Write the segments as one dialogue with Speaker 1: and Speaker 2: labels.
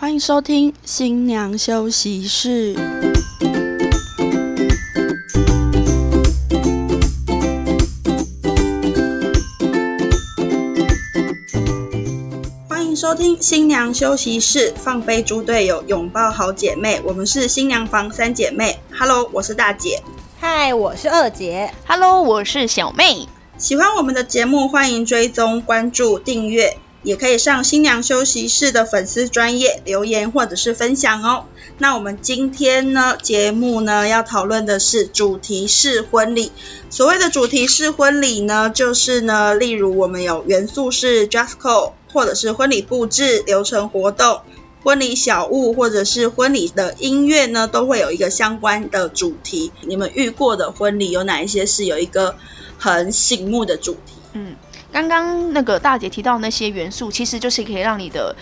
Speaker 1: 欢迎收听新娘休息室。欢迎收听新娘休息室，放飞猪队友，拥抱好姐妹。我们是新娘房三姐妹。Hello，我是大姐。
Speaker 2: 嗨，我是二姐，
Speaker 3: Hello，我是小妹。
Speaker 1: 喜欢我们的节目，欢迎追踪、关注、订阅，也可以上新娘休息室的粉丝专业留言或者是分享哦。那我们今天呢，节目呢要讨论的是主题式婚礼。所谓的主题式婚礼呢，就是呢，例如我们有元素是 dress code，或者是婚礼布置、流程活动、婚礼小物，或者是婚礼的音乐呢，都会有一个相关的主题。你们遇过的婚礼有哪一些是有一个很醒目的主题？
Speaker 3: 刚刚那个大姐提到那些元素，其实就是可以让你的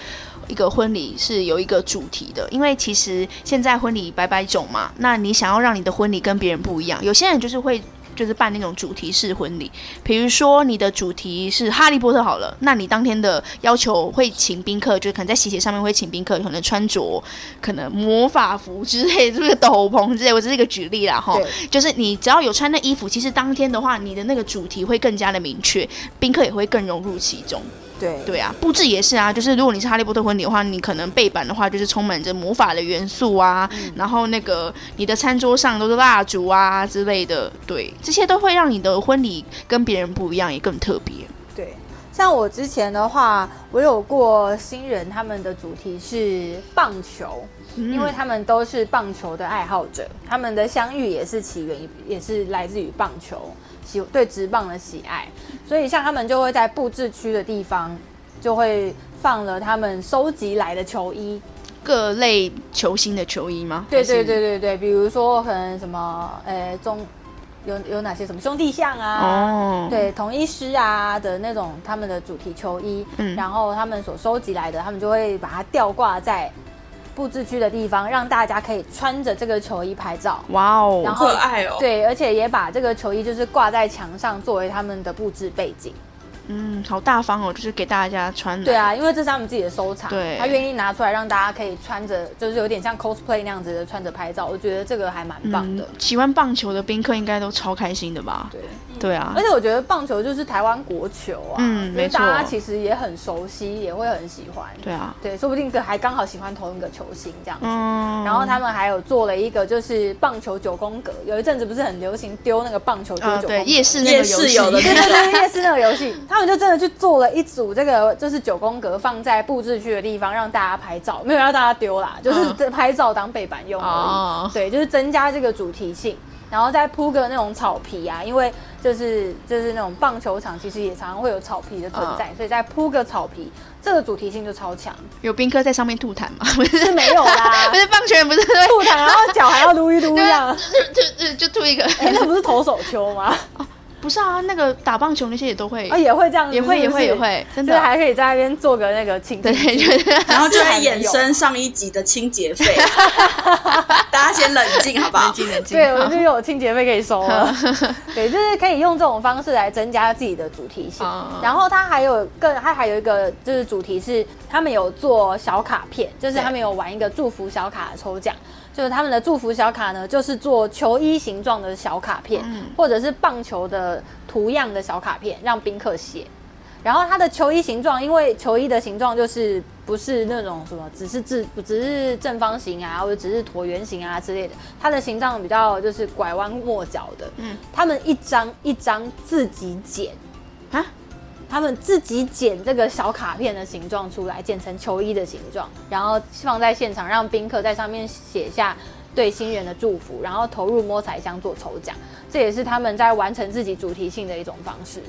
Speaker 3: 一个婚礼是有一个主题的，因为其实现在婚礼百百种嘛，那你想要让你的婚礼跟别人不一样，有些人就是会。就是办那种主题式婚礼，比如说你的主题是哈利波特好了，那你当天的要求会请宾客，就是可能在喜帖上面会请宾客，可能穿着可能魔法服之类，就是斗篷之类，我只是一个举例啦哈。就是你只要有穿那衣服，其实当天的话，你的那个主题会更加的明确，宾客也会更融入其中。
Speaker 2: 对
Speaker 3: 对啊，布置也是啊，就是如果你是哈利波特婚礼的话，你可能背板的话就是充满着魔法的元素啊，
Speaker 2: 嗯
Speaker 3: 然后那个你的餐桌上都是蜡烛啊之类的，对，这些都会让你的婚礼跟别人不一样，也更特别。
Speaker 2: 对，像我之前的话，我有过新人，他们的主题是棒球，
Speaker 3: 嗯
Speaker 2: 因为他们都是棒球的爱好者，他们的相遇也是起源于，也是来自于棒球喜对职棒的喜爱，所以像他们就会在布置区的地方就会放了他们收集来的球衣，
Speaker 3: 各类球星的球衣吗？
Speaker 2: 对
Speaker 3: 还
Speaker 2: 对
Speaker 3: 是
Speaker 2: 对。对对，比如说可能什么呃中有有哪些什么兄弟像啊，
Speaker 3: 哦，
Speaker 2: 对，统一师啊的那种他们的主题球衣，
Speaker 3: 嗯
Speaker 2: 然后他们所收集来的，他们就会把它吊挂在布置区的地方，让大家可以穿着这个球衣拍照。
Speaker 3: 哇哦，
Speaker 2: 然
Speaker 1: 好
Speaker 2: 后
Speaker 1: 可爱哦
Speaker 2: 对，而且也把这个球衣就是挂在墙上，作为他们的布置背景。
Speaker 3: 嗯，好大方哦，就是给大家穿的。嗯
Speaker 2: 对，啊，因为这是他们自己的收藏，
Speaker 3: 对
Speaker 2: 他愿意拿出来让大家可以穿着，就是有点像 cosplay 那样子的穿着拍照，我觉得这个还蛮棒的。
Speaker 3: 嗯，喜欢棒球的宾客应该都超开心的吧？
Speaker 2: 对。
Speaker 3: 对啊
Speaker 2: 而，且我觉得棒球就是台湾国球啊，
Speaker 3: 嗯
Speaker 2: 就是
Speaker 3: 没错
Speaker 2: 大家其实也很熟悉，也会很喜欢。
Speaker 3: 对啊，
Speaker 2: 对，说不定还刚好喜欢同一个球星这样子。
Speaker 3: 嗯，
Speaker 2: 然后他们还有做了一个就是棒球九宫格，有一阵子不是很流行丢那个棒球丢
Speaker 3: 啊，
Speaker 2: 九宫格、
Speaker 3: 对夜市那
Speaker 1: 夜
Speaker 3: 个
Speaker 1: 市
Speaker 3: 游戏，
Speaker 1: 有的
Speaker 2: 对对对，夜市那个游戏， 他们就真的去做了一组这个就是九宫格放在布置区的地方让大家拍照，没有让大家丢啦，就是拍照当背板用而
Speaker 3: 哦
Speaker 2: 已。对，就是增加这个主题性。然后再铺个那种草皮啊，因为就是就是那种棒球场，其实也常常会有草皮的存
Speaker 3: 哦
Speaker 2: 在，所以再铺个草皮，这个主题性就超强。
Speaker 3: 有宾客在上面吐痰吗？不是
Speaker 2: 是没有啦
Speaker 3: 不是棒球员不是会
Speaker 2: 吐痰，然后脚还要撸一撸
Speaker 3: 啊
Speaker 2: 这样。
Speaker 3: 就就就吐一个。
Speaker 2: 哎、那不是投手球吗？
Speaker 3: 不是啊，那个打棒球那些也都会
Speaker 2: 啊，，也会这样子
Speaker 3: 也会
Speaker 2: 是不是
Speaker 3: 也会也会真的
Speaker 2: 就是还可以在那边做个那个请
Speaker 3: 对对
Speaker 2: 对，
Speaker 3: 对，
Speaker 1: 然后就 会
Speaker 2: 还没
Speaker 1: 衍
Speaker 2: 有
Speaker 1: 生上一集的清洁费，大家先冷静好不好？
Speaker 3: 能进
Speaker 2: 对，我们就有清洁费可以收 了。 对，就是可以用这种方式来增加自己的主题性。
Speaker 3: 啊
Speaker 2: 然后它还有更，它还有一个就是主题是他们有做小卡片，就是他们有玩一个祝福小卡的抽奖。就是他们的祝福小卡呢，就是做球衣形状的小卡片，或者是棒球的图样的小卡片，让宾客写。然后它的球衣形状，因为球衣的形状就是不是那种什么，只是正只是正方形啊，或者只是椭圆形啊之类的，它的形状比较就是拐弯抹角的。嗯，他们一张一张自己剪，
Speaker 3: 啊，
Speaker 2: 他们自己剪这个小卡片的形状出来，剪成球衣的形状，然后放在现场，让宾客在上面写下对新人的祝福，然后投入摸彩箱做抽奖。这也是他们在完成自己主题性的一种方式。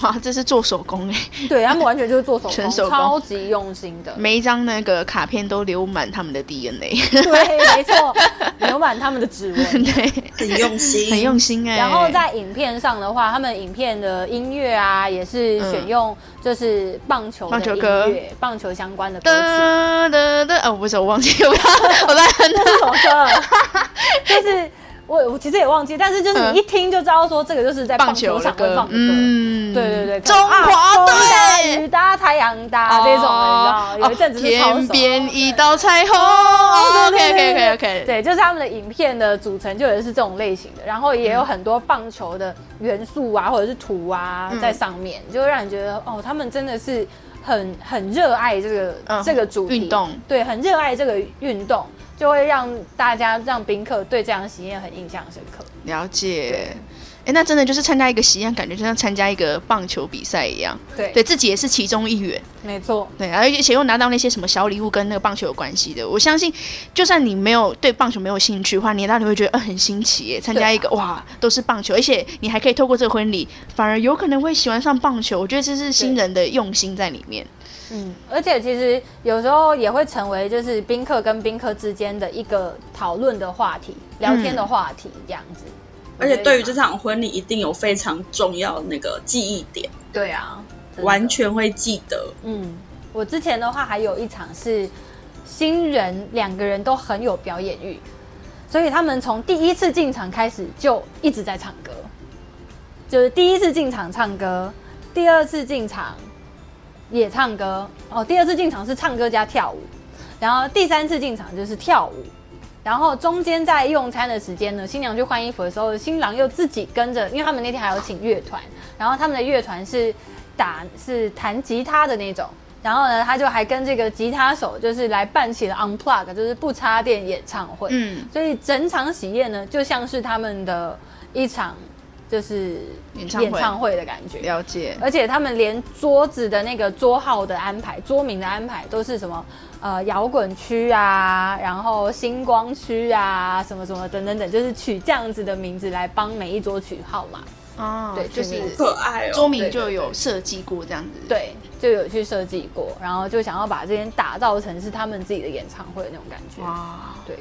Speaker 3: 哇，这是做手工哎，
Speaker 2: 对 他们完全就是做手工，
Speaker 3: 纯手工
Speaker 2: 超级用心的。
Speaker 3: 每一张那个卡片都留满他们的 DNA，
Speaker 2: 对，没错，留满他们的指纹。
Speaker 3: 对，
Speaker 1: 很用心，
Speaker 3: 很用心哎。
Speaker 2: 然后在影片上的话，他们影片的音乐啊，也是选用就是棒球的
Speaker 3: 嗯棒球
Speaker 2: 音
Speaker 3: 歌
Speaker 2: 乐、棒球相关的歌曲。
Speaker 3: 哒哒哒，哦，不是，我忘记，我要我乱哼
Speaker 2: 这首歌 就是。我我其实也忘记，但是就是
Speaker 3: 嗯
Speaker 2: 你一听就知道说这个就是在
Speaker 3: 棒
Speaker 2: 球
Speaker 3: 球
Speaker 2: 场
Speaker 3: 的
Speaker 2: 会
Speaker 3: 歌
Speaker 2: 放，的歌。
Speaker 3: 嗯，
Speaker 2: 对对对，可
Speaker 3: 中
Speaker 2: 能啊
Speaker 3: 华
Speaker 2: 风大
Speaker 3: 队
Speaker 2: 雨大太阳大这种的，你知道，有一阵子是超
Speaker 3: 哦天
Speaker 2: 熟。
Speaker 3: 边一道彩虹
Speaker 2: 哦
Speaker 3: ，OK
Speaker 2: 对
Speaker 3: OK
Speaker 2: 对对
Speaker 3: OK
Speaker 2: 对
Speaker 3: OK，，
Speaker 2: 对，就是他们的影片的组成就也是这种类型的，然后也有很多棒球的元素啊，或者是图啊
Speaker 3: 嗯
Speaker 2: 在上面，就会让你觉得哦，他们真的是很很热爱这个、
Speaker 3: 嗯
Speaker 2: 这个主题
Speaker 3: 运动，
Speaker 2: 对，很热爱这个运动，就会让大家让宾客对这样的喜宴很印象深刻。
Speaker 3: 了解。哎，那真的就是参加一个实验，感觉就像参加一个棒球比赛一样，
Speaker 2: 对，
Speaker 3: 对自己也是其中一员。
Speaker 2: 没错，
Speaker 3: 对，而且又拿到那些什么小礼物，跟那个棒球有关系的。我相信，就算你没有对棒球没有兴趣的话，你到你会觉得呃很新奇耶，参加一个、哇都是棒球，而且你还可以透过这个婚礼，反而有可能会喜欢上棒球。我觉得这是新人的用心在里面。
Speaker 2: 嗯，而且其实有时候也会成为就是宾客跟宾客之间的一个讨论的话题、聊天的话题这样子。
Speaker 1: 而且对于这
Speaker 2: 种，
Speaker 1: 场婚礼一定有非常重要的那个记忆点，
Speaker 2: 对啊，真的
Speaker 1: 完全会记得。
Speaker 2: 嗯，我之前的话还有一场是新人两个人都很有表演欲，所以他们从第一次进场开始就一直在唱歌，就是第一次进场唱歌，第二次进场也唱歌，哦，第二次进场是唱歌加跳舞，然后第三次进场就是跳舞。然后中间在用餐的时间呢，新娘去换衣服的时候，新郎又自己跟着，因为他们那天还有请乐团，然后他们的乐团是打是弹吉他的那种，然后呢，他就还跟这个吉他手就是来办起了 unplug，就是不插电演唱会。
Speaker 3: 嗯，
Speaker 2: 所以整场喜宴呢，就像是他们的一场就是
Speaker 3: 演唱会
Speaker 2: 会的感觉。
Speaker 3: 了解。
Speaker 2: 而且他们连桌子的那个桌号的安排、桌名的安排都是什么呃摇滚区啊，然后星光区啊，什么什么等等等，就是取这样子的名字来帮每一桌取号码。
Speaker 3: 哦，
Speaker 2: 对
Speaker 3: 就
Speaker 2: 确
Speaker 3: 是
Speaker 2: 定
Speaker 1: 可爱哦，
Speaker 3: 桌名
Speaker 2: 对
Speaker 3: 就
Speaker 2: 对
Speaker 3: 有设计过这样子。，
Speaker 2: 对，就有去设计过，然后就想要把这边打造成是他们自己的演唱会的那种感觉。
Speaker 3: 哇，
Speaker 2: 对，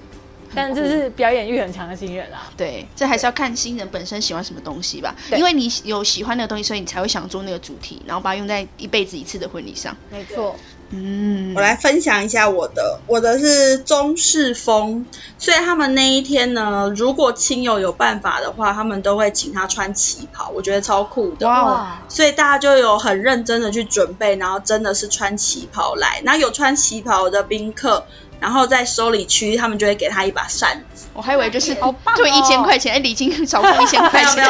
Speaker 2: 但这是表演欲很强的新人啊。
Speaker 3: 对，这还是要看新人本身喜欢什么东西吧，
Speaker 2: 对
Speaker 3: 因为你有喜欢的东西，所以你才会想做那个主题，然后把它用在一辈子一次的婚礼上。
Speaker 2: 没错，
Speaker 3: 嗯，
Speaker 1: 我来分享一下我的，我的是中式风，所以他们那一天呢，如果亲友有办法的话，他们都会请他穿旗袍，我觉得超酷的。
Speaker 3: 哇哦
Speaker 2: 哇，
Speaker 1: 所以大家就有很认真的去准备，然后真的是穿旗袍来。那有穿旗袍的宾客，然后在收礼区，他们就会给他一把扇子，
Speaker 3: 我还以为就是
Speaker 2: 好棒哦
Speaker 3: 退一千块钱，哎，礼 金少付一千块钱，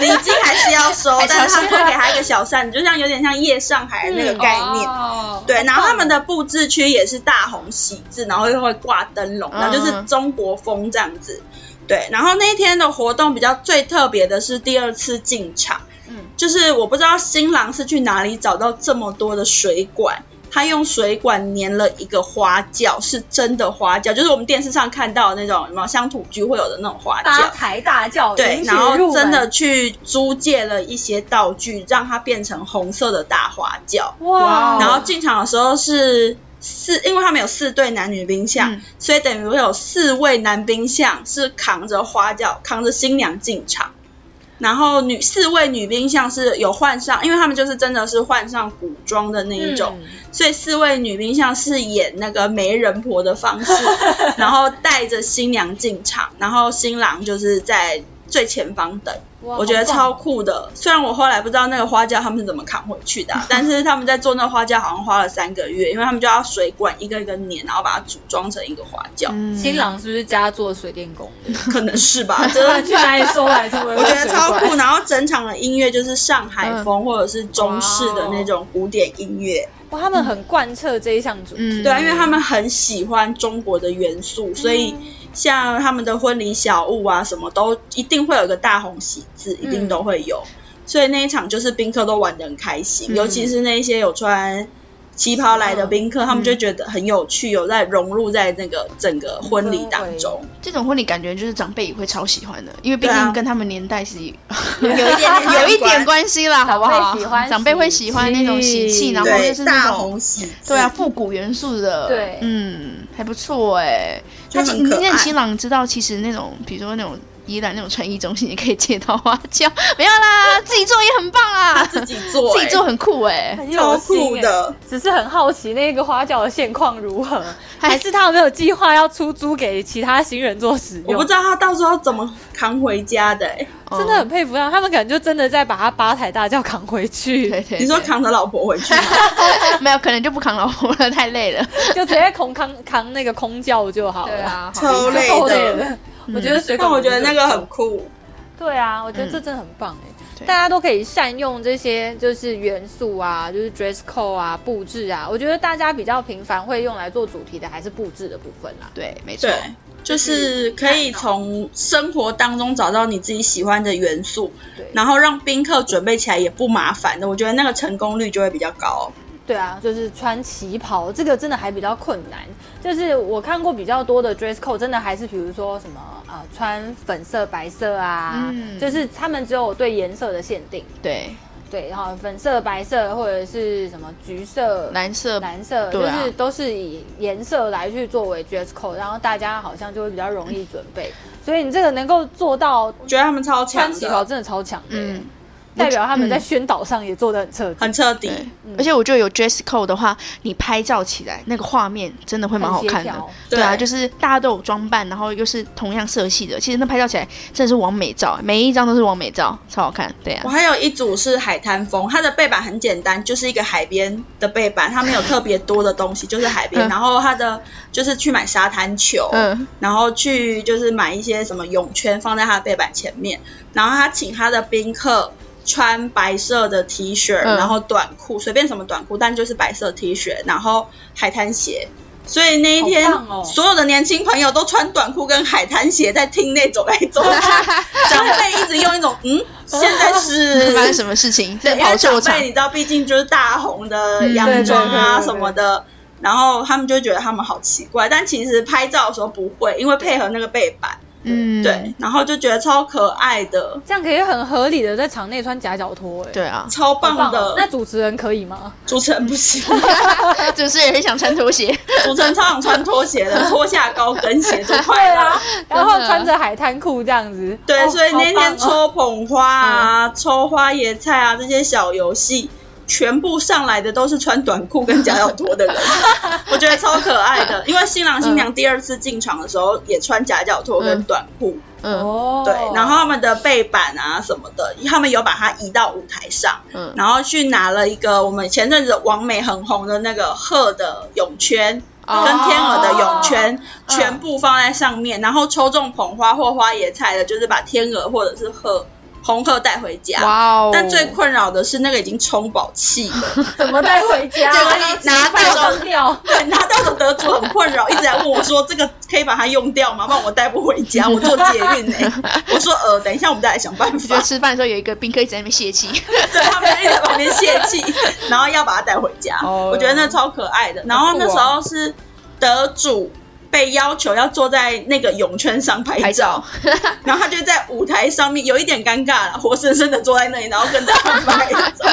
Speaker 1: 礼 金还是要收
Speaker 3: 还，是要
Speaker 1: 但
Speaker 3: 收嗯
Speaker 1: 是他们会给他一个小扇子，就像有点像夜上海的那个概念。
Speaker 2: 嗯哦
Speaker 1: 对，然后他们的布置区也是大红喜字，然后又会挂灯笼，
Speaker 3: 嗯
Speaker 1: 然后就是中国风这样子。对，然后那一天的活动比较最特别的是第二次进场，
Speaker 3: 嗯
Speaker 1: 就是我不知道新郎是去哪里找到这么多的水管，他用水管粘了一个花轿，是真的花轿，就是我们电视上看到的那种，有没有乡土剧会有的那种花
Speaker 2: 大
Speaker 1: 轿？
Speaker 2: 抬大叫，
Speaker 1: 对，
Speaker 2: 迎
Speaker 1: 然
Speaker 2: 娶入
Speaker 1: 后
Speaker 2: 门
Speaker 1: 真的去租借了一些道具，让它变成红色的大花轿。
Speaker 3: 哇哦
Speaker 2: 哇，
Speaker 1: 然后进场的时候是四，因为他们有四对男女宾相，
Speaker 3: 嗯
Speaker 1: 所以等于会有四位男宾相是扛着花轿、扛着新娘进场，然后女四位女宾相是有换上，因为他们就是真的是换上古装的那一种，
Speaker 2: 嗯
Speaker 1: 所以四位女宾相是演那个媒人婆的方式，然后带着新娘进场，然后新郎就是在最前方等。
Speaker 2: 哇
Speaker 1: 我觉得
Speaker 2: 哦好
Speaker 1: 超
Speaker 2: 棒
Speaker 1: 酷的。虽然我后来不知道那个花轿他们是怎么扛回去 的啊、但是他们在做那个花轿好像花了三个月，因为他们就要水管一个一个粘，然后把它组装成一个花轿，
Speaker 3: 嗯
Speaker 2: 新郎是不是家做水电 工的？
Speaker 1: 可能是 吧。真的，
Speaker 2: 去哪里收来这么
Speaker 1: 我
Speaker 2: 多
Speaker 1: 觉得
Speaker 2: 水管嗯
Speaker 1: 超酷。然后整场的音乐就是上海风或者是中式
Speaker 2: 哦
Speaker 1: 的那种古典音乐，
Speaker 2: 哇，他们很贯彻这一项主题，
Speaker 3: 嗯嗯
Speaker 1: 对啊，因为他们很喜欢中国的元素，所以。像他们的婚礼小物啊，什么都一定会有一个大红喜字，
Speaker 3: 嗯
Speaker 1: 一定都会有。所以那一场就是宾客都玩得很开心，
Speaker 3: 嗯
Speaker 1: 尤其是那一些有穿旗袍来的宾
Speaker 3: 嗯
Speaker 1: 客，他们就觉得很有趣，有在融入在那个整个婚礼当中。
Speaker 3: 这种婚礼感觉就是长辈也会超喜欢的，因为毕
Speaker 1: 对啊
Speaker 3: 竟跟他们年代是有
Speaker 1: 有一点点
Speaker 3: 有一点
Speaker 1: 关
Speaker 3: 关系啦，好不好
Speaker 2: 长辈喜？欢
Speaker 3: 长辈会喜欢那种喜
Speaker 2: 喜
Speaker 3: 气，
Speaker 2: 气
Speaker 3: 然后
Speaker 1: 对啊
Speaker 3: 就是那
Speaker 1: 大
Speaker 3: 种
Speaker 1: 红喜字，
Speaker 3: 对啊，复古元素的，
Speaker 2: 对
Speaker 3: 嗯，还不错哎。
Speaker 1: 就
Speaker 3: 那
Speaker 1: 很可爱
Speaker 3: 那新郎知道，其实那种比如说那种宜兰那种穿衣中心也可以借到花轿，没有啦，自己做也很棒啊，
Speaker 1: 自己做、欸
Speaker 3: 自己做很酷哎、
Speaker 2: 很
Speaker 1: 超
Speaker 2: 有
Speaker 1: 酷
Speaker 2: 心、欸。
Speaker 1: 的。
Speaker 2: 只是很好奇那个花轿的现况如何，还是他有没有计划要出租给其他新人做使
Speaker 1: 我
Speaker 2: 用？
Speaker 1: 不知道他到时候怎么扛回家的、欸。
Speaker 3: 哦
Speaker 2: 真的很佩服他，他们可能就真的在把他八抬大轿扛回去，
Speaker 3: 对对，
Speaker 1: 你说
Speaker 3: 对
Speaker 1: 扛着老婆回去吗？
Speaker 3: 没有，可能就不扛老婆了，太累了。
Speaker 2: 就直接空扛扛那个空轿就好了。，
Speaker 3: 啊
Speaker 1: 超累
Speaker 2: 够
Speaker 1: 的
Speaker 2: 累了。嗯我觉得水管，
Speaker 1: 但我觉得那个很酷，
Speaker 2: 对啊，我觉得这
Speaker 3: 嗯
Speaker 2: 真的很棒哎、
Speaker 3: 对
Speaker 2: 大家都可以善用这些就是元素啊，就是 dress code 啊、布置啊。我觉得大家比较频繁会用来做主题的还是布置的部分啊啦。
Speaker 3: 对，没错
Speaker 1: 对。，
Speaker 2: 嗯
Speaker 1: 就是可以从生活当中找到你自己喜欢的元素，
Speaker 2: 对，
Speaker 1: 然后让宾客准备起来也不麻烦的，我觉得那个成功率就会比较高。哦
Speaker 2: 对啊，就是穿旗袍这个真的还比较困难。就是我看过比较多的 dress code，真的还是比如说什么啊、呃穿粉色、白色啊，
Speaker 3: 嗯
Speaker 2: 就是他们只有对颜色的限定。
Speaker 3: 对，
Speaker 2: 对，然后粉色、白色或者是什么橘色、
Speaker 3: 蓝色
Speaker 2: 蓝色，就
Speaker 3: 对啊
Speaker 2: 是都是以颜色来去作为 dress code，然后大家好像就会比较容易准备。所以你这个能够做到
Speaker 1: 我觉得他们超强
Speaker 2: 穿旗袍，
Speaker 1: 的，
Speaker 2: 真的超强的耶，
Speaker 3: 嗯，
Speaker 2: 代表他们在
Speaker 3: 嗯
Speaker 2: 宣导上也做的很彻底，
Speaker 1: 很彻底。
Speaker 3: 对。而且我觉得有 dress code 的话，你拍照起来那个画面真的会蛮好看
Speaker 2: 很协
Speaker 3: 的
Speaker 2: 调。
Speaker 3: 对啊，
Speaker 1: 对
Speaker 3: 就是大家都有装扮，然后又是同样色系的，其实那拍照起来真的是完美照，每一张都是完美照，超好看。对
Speaker 1: 我
Speaker 3: 啊，
Speaker 1: 还有一组是海滩风，它的背板很简单，就是一个海边的背板，它没有特别多的东西，就是海边。
Speaker 3: 嗯
Speaker 1: 然后它的就是去买沙滩球，
Speaker 3: 嗯，
Speaker 1: 然后去就是买一些什么泳圈放在他的背板前面，然后他请他的宾客穿白色的 T 恤，
Speaker 3: 嗯
Speaker 1: 然后短裤，随便什么短裤，但就是白色 T 恤，然后海滩鞋。所以那一天，
Speaker 2: 好棒哦
Speaker 1: 所有的年轻朋友都穿短裤跟海滩鞋在厅内走来走去， 长辈一直用一种嗯，现在是
Speaker 3: 发生什么事情？在
Speaker 1: 对，因
Speaker 3: 跑
Speaker 1: 为
Speaker 3: 错
Speaker 1: 长
Speaker 3: 场
Speaker 1: 辈，你知道，毕竟就是大红的
Speaker 3: 嗯
Speaker 1: 洋装啊
Speaker 2: 对对对对对
Speaker 1: 什么的，然后他们就觉得他们好奇怪，但其实拍照的时候不会，因为配合那个背板，
Speaker 3: 嗯，
Speaker 1: 对，然后就觉得超可爱的，
Speaker 2: 这样可以很合理的在场内穿夹脚拖、哎，
Speaker 3: 对啊，
Speaker 1: 超
Speaker 2: 好
Speaker 1: 棒
Speaker 2: 哦那
Speaker 1: 的。
Speaker 2: 主持人可 以吗？
Speaker 1: 主持人不行，
Speaker 3: 主持人也想穿拖鞋，
Speaker 1: 主持人超想穿拖鞋的，脱下高跟鞋就快啦。
Speaker 2: 然后穿着海滩裤这样子。
Speaker 1: 对，
Speaker 2: 哦
Speaker 1: 所以那天
Speaker 2: 好棒哦
Speaker 1: 抽捧花啊、抽花野菜啊这些小游戏，全部上来的都是穿短裤跟夹脚拖 的人，我觉得超可爱的。因为新
Speaker 2: 嗯
Speaker 1: 郎新娘第二次进场的时候也穿夹脚拖跟短裤，
Speaker 3: 嗯
Speaker 2: 哦，
Speaker 1: 对，然后他们的背板啊什么的，他们有把它移到舞台上，
Speaker 3: 嗯，
Speaker 1: 然后去拿了一个我们前阵子王美很红的那个鹤的泳圈。
Speaker 3: 哦
Speaker 1: 跟天鹅的泳圈、全部放在上面，然后抽中捧花或花椰菜的，就是把天鹅或者是鹤红鹤带回家。
Speaker 3: 哇哦！
Speaker 1: 但最困扰的是那个已经充饱气 了，
Speaker 2: 怎么带回 家？
Speaker 1: 结果你 拿到
Speaker 2: 快扔掉。
Speaker 1: 对，拿到的得主很困扰，一直在问我说：“这个可以把它用掉吗？不然我带不回家，我坐捷运呢、我说：“呃，等一下，我们再来想办
Speaker 3: 觉得
Speaker 1: 法。
Speaker 3: 吃饭的时候有一个宾客一直在那边 泄气，”
Speaker 1: 对，他们一直在旁边泄气， 然后要把它带回家。
Speaker 2: 哦
Speaker 1: 我觉得那超可爱的。然后那时候是得主被要求要坐在那个泳圈上拍
Speaker 3: 拍
Speaker 1: 照
Speaker 3: 照，
Speaker 1: 然后他就在舞台上面有一点尴尬了，活生生的坐在那里，然后跟大家拍照。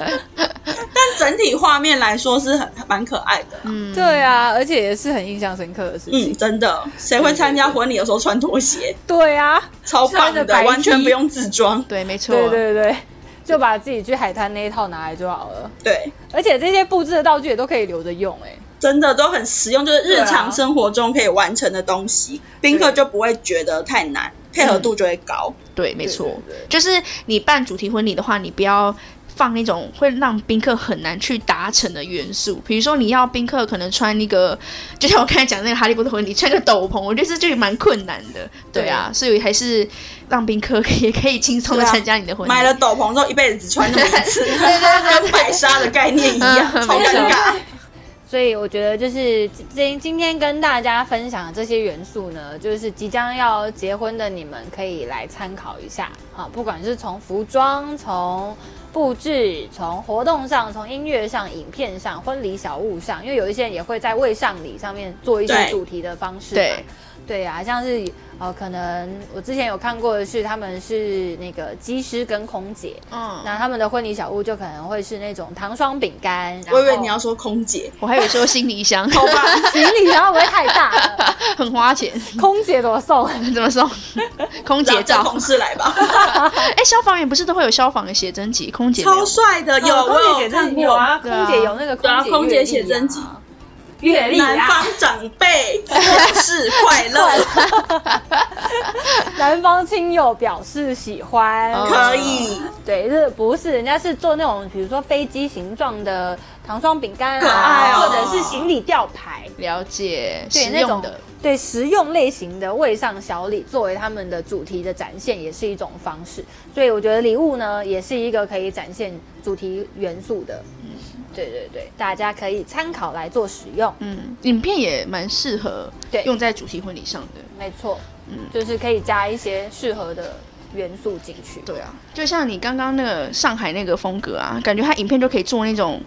Speaker 1: 但整体画面来说是很蛮可爱的。
Speaker 3: 嗯，
Speaker 2: 对啊，而且也是很印象深刻的事情。
Speaker 1: 嗯，真的，谁会参加婚礼的时候穿拖鞋？
Speaker 2: 对啊，
Speaker 1: 超棒
Speaker 2: 穿着白
Speaker 1: 的，
Speaker 2: T
Speaker 1: 完全不用自装。
Speaker 3: 对，没错，
Speaker 2: 对对对， 就把自己去海滩那一套拿来就好了。
Speaker 1: 对，
Speaker 2: 而且这些布置的道具也都可以留着用、哎，
Speaker 1: 真的都很实用，就是
Speaker 2: 对
Speaker 1: 日
Speaker 2: 啊
Speaker 1: 常生活中可以完成的东西，宾客
Speaker 2: 对
Speaker 1: 就不会觉得太难，配合度就会高。
Speaker 3: 对，没错，
Speaker 2: 对对
Speaker 3: 就是你办主题婚礼的话，你不要放那种会让宾客很难去达成的元素，比如说你要宾客可能穿那个，就像我刚才讲的那个哈利波特婚礼，穿个斗篷，我觉得这就蛮困难的，对啊，所以还是让宾客可以也可以轻松的
Speaker 1: 对啊
Speaker 3: 参加你的婚礼，
Speaker 1: 买了斗篷之后，一辈子只穿那么一次，跟白纱的概念一样，
Speaker 3: 嗯
Speaker 1: 超
Speaker 3: 没错
Speaker 1: 尴尬。
Speaker 2: 所以我觉得就是今今天跟大家分享的这些元素呢，就是即将要结婚的你们可以来参考一下啊，不管是从服装、从布置、从活动上、从音乐上、影片上、婚礼小物上，因为有一些人也会在未上礼上面做一些
Speaker 1: 对
Speaker 2: 主题的方式嘛。
Speaker 3: 对
Speaker 2: 对呀、像是呃，可能我之前有看过的是，他们是那个机师跟空姐，
Speaker 3: 嗯，
Speaker 2: 那他们的婚礼小物就可能会是那种糖霜饼干。然
Speaker 1: 我以为
Speaker 2: 后
Speaker 1: 你要说空姐，
Speaker 3: 我还有时候行李箱
Speaker 1: 好 吧？
Speaker 2: 行李箱会不会太大 了？
Speaker 3: 很花钱，
Speaker 2: 空姐怎么送？
Speaker 3: 怎 么送？空姐
Speaker 1: 找叫
Speaker 3: 照
Speaker 1: 同。事来吧，
Speaker 3: 哎，消防员不是都会有消防的写真集？空姐没有
Speaker 1: 超帅的，有
Speaker 2: 哦空
Speaker 1: 我
Speaker 2: 姐写
Speaker 1: 看
Speaker 2: 真集
Speaker 1: 过
Speaker 2: 啊，
Speaker 3: 对啊
Speaker 2: 空姐有那个
Speaker 1: 对啊空姐
Speaker 2: 姐
Speaker 1: 写真集
Speaker 2: 阅历
Speaker 1: 南
Speaker 2: 啊
Speaker 1: 方，长辈生日快乐，
Speaker 2: 南方亲友表示喜欢。
Speaker 3: 哦
Speaker 1: 可以，
Speaker 2: 对，是不是人家是做那种比如说飞机形状的糖霜饼干
Speaker 1: 可爱
Speaker 2: 啊，
Speaker 1: 哦
Speaker 2: 或者是行李吊牌。
Speaker 3: 了解，
Speaker 2: 对
Speaker 3: 实
Speaker 2: 那
Speaker 3: 用
Speaker 2: 种
Speaker 3: 的。
Speaker 2: 对实用类型的未上小礼作为他们的主题的展现，也是一种方式。所以我觉得礼物呢，也是一个可以展现主题元素的。
Speaker 3: 嗯
Speaker 2: 对对对，大家可以参考来做使用。
Speaker 3: 嗯，影片也蛮适合
Speaker 2: 对
Speaker 3: 用在主题婚礼上的。
Speaker 2: 没错，
Speaker 3: 嗯
Speaker 2: 就是可以加一些适合的元素进去。
Speaker 3: 对啊，就像你刚刚那个上海那个风格啊，感觉他影片就可以做那种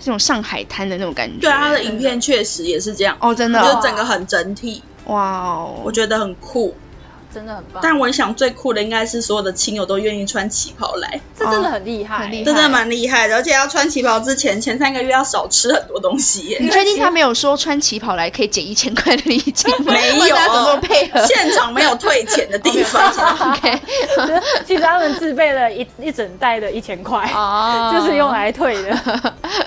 Speaker 3: 这种上海滩的那种感觉。
Speaker 1: 对啊，他的影片确实也是这样，
Speaker 3: 哦，真的
Speaker 1: 就是
Speaker 3: 哦、
Speaker 1: 整个很整体，
Speaker 3: 哇
Speaker 1: 我
Speaker 3: 哦，
Speaker 1: 觉得很酷。
Speaker 2: 真的很棒，
Speaker 1: 但我想最酷的应该是所有的亲友都愿意穿旗袍来，
Speaker 2: 这真的很厉害、欸
Speaker 3: 很厉害
Speaker 1: 哦真的蛮厉害的。而且要穿旗袍之前，前三个月要少吃很多东西耶。
Speaker 3: 你确定他没有说穿旗袍来可以减一千块的礼金吗？
Speaker 1: 没有啊
Speaker 3: 问大家怎么配合
Speaker 1: 现场没有啊哦退钱的地 方，
Speaker 3: ？OK，
Speaker 2: 其实他们自备了一一整袋的一千块，
Speaker 1: 啊
Speaker 3: 哦
Speaker 2: 就是用来退 的。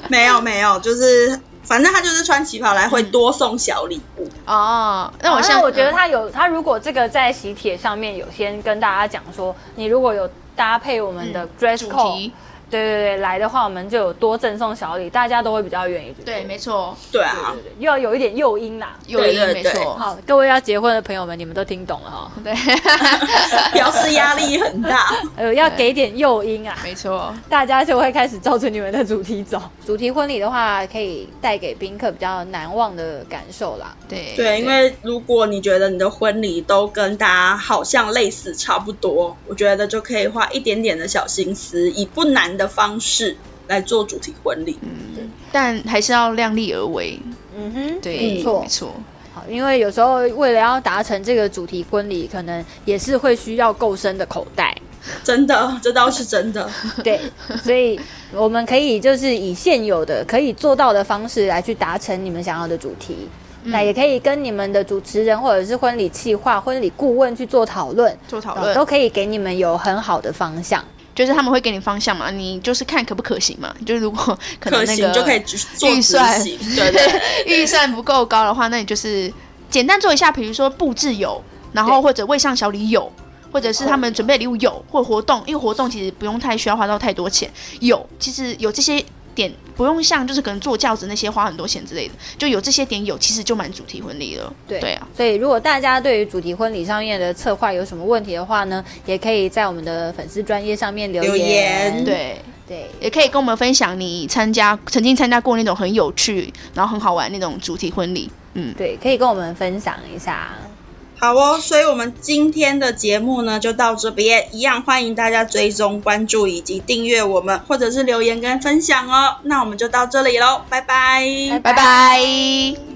Speaker 1: 没有没有，就是反正他就是穿旗袍来会多送小礼物。
Speaker 3: 哦。那
Speaker 1: 啊
Speaker 3: 我
Speaker 2: 好嗯
Speaker 3: 现在
Speaker 2: 那我觉得他有他如果这个在喜帖上面有先跟大家讲说，你如果有搭配我们的 dress
Speaker 3: 主
Speaker 2: code，、
Speaker 3: 题
Speaker 2: 对对对来的话，我们就有多赠送小礼，大家都会比较愿意去做。
Speaker 3: 对，没错，
Speaker 1: 对啊
Speaker 2: 对，对要有一点诱因啦。
Speaker 3: 有
Speaker 1: 对
Speaker 3: 音
Speaker 1: 对
Speaker 3: 没
Speaker 1: 对
Speaker 3: 错，
Speaker 2: 好，嗯各位要结婚的朋友们，你们都听懂了哈、
Speaker 3: 对，
Speaker 1: 表示压力很大。
Speaker 2: 呃，要
Speaker 3: 对
Speaker 2: 给点诱因啊，
Speaker 3: 没错。
Speaker 2: 大家就会开始照着你们的主题走。主题婚礼的话，可以带给宾客比较难忘的感受啦。
Speaker 3: 对
Speaker 1: 对，因为如果你觉得你的婚礼都跟大家好像类似差不多，我觉得就可以花一点点的小心思，以不难的方式来做主题婚礼。
Speaker 3: 但还是要量力而为，
Speaker 2: 嗯哼，
Speaker 3: 对，
Speaker 2: 没错
Speaker 3: 没。错，
Speaker 2: 好，因为有时候为了要达成这个主题婚礼，可能也是会需要够深的口 袋。
Speaker 1: 真的，这倒是真的。
Speaker 2: 对，所以我们可以就是以现有的可以做到的方式来去达成你们想要的主题。
Speaker 3: 嗯
Speaker 2: 那也可以跟你们的主持人或者是婚礼企划、婚礼顾问去做讨论，
Speaker 3: 做讨
Speaker 2: 呃都
Speaker 3: 论，
Speaker 2: 可以给你们有很好的方向。
Speaker 3: 就是他们会给你方向嘛，你就是看可不可行嘛，就是如果可能
Speaker 1: 可
Speaker 3: 那
Speaker 1: 行
Speaker 3: 个
Speaker 1: 就可以只做
Speaker 3: 预
Speaker 1: 执
Speaker 3: 算
Speaker 1: 行，对对 对。
Speaker 3: 预算不够高的话，那你就是简单做一下，比如说布置有，然后或者未上小礼有，或者是他们准备礼物有，或活动，因为活动其实不用太需要花到太多钱，有其实有这些点不用像就是可能坐轿子那些花很多钱之类的，就有这些点有，其实就蛮主题婚礼了。
Speaker 2: 对
Speaker 3: 对啊，
Speaker 2: 所以，如果大家对于主题婚礼上面的策划有什么问题的话呢，也可以在我们的粉丝专业上面留
Speaker 1: 留言嗯
Speaker 3: 对。
Speaker 2: 对
Speaker 3: 也可以跟我们分享你参加曾经参加过那种很有趣，然后很好玩那种主题婚礼。嗯，
Speaker 2: 对，可以跟我们分享一下。
Speaker 1: 好哦，所以我们今天的节目呢就到这边，一样欢迎大家追踪、关注以及订阅我们，或者是留言跟分享哦。那我们就到这里喽，拜拜
Speaker 2: 拜
Speaker 3: 拜拜